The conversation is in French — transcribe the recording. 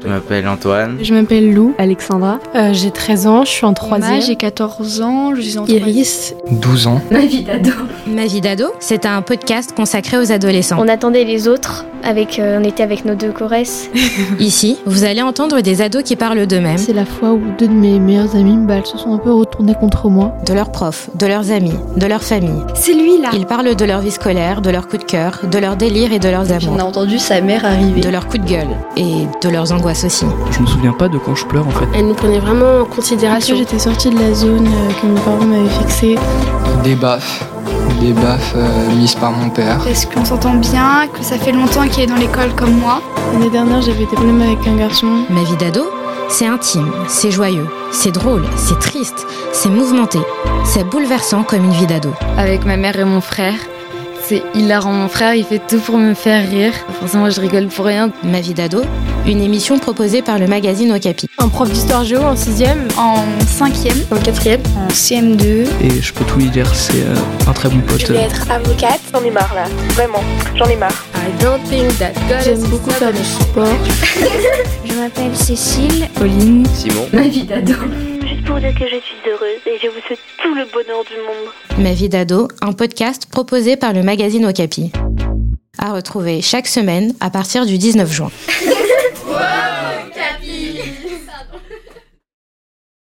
Je m'appelle Antoine. Je m'appelle Lou. Alexandra, Euh, j'ai 13 ans, je suis en 3 Emma, j'ai 14 ans, je suis en troisième. Iris, 12 ans. Ma vie d'ado. Ma vie d'ado, c'est un podcast consacré aux adolescents. On attendait les autres, avec, euh, on était avec nos deux choresses. Ici, vous allez entendre des ados qui parlent d'eux-mêmes, c'est la fois où deux de mes meilleurs amis bah, elles se sont un peu retournées contre moi. de leurs profs, de leurs amis, de leur famille. C'est lui là. Ils parlent de leur vie scolaire, de leurs coups de cœur, de leurs délires et de leurs on a amours, entendu sa mère arriver. de leurs coups de gueule et de leurs angoisses aussi. Je me souviens pas de quand je pleure en fait. Elle nous prenait vraiment en Après, considération. j'étais sortie de la zone euh, que mes parents m'avaient fixée. Des baffes. Des baffes euh, mises par mon père. parce qu'on s'entend bien, que ça fait longtemps qu'il est dans l'école comme moi. L'année dernière, j'avais des problèmes avec un garçon. Ma vie d'ado, c'est intime, c'est joyeux, c'est drôle, c'est triste, c'est mouvementé, c'est bouleversant comme une vie d'ado. Avec ma mère et mon frère. C'est hilarant, mon frère, il fait tout pour me faire rire. Forcément, je rigole pour rien. Ma vie d'ado, une émission proposée par le magazine Okapi. Un prof d'histoire géo en 6ème, En cinquième, En quatrième, en CM2, Et je peux tout lui dire, c'est euh, un très bon pote. être avocate. J'en ai marre là, vraiment, j'en ai marre. J'aime beaucoup faire du sport. je m'appelle Cécile. Pauline, Simon. Ma vie d'ado. Juste pour dire que je suis heureuse et je vous souhaite tout le bonheur du monde. Ma vie d'ado, un podcast proposé par le magazine Okapi. À retrouver chaque semaine à partir du 19 juin.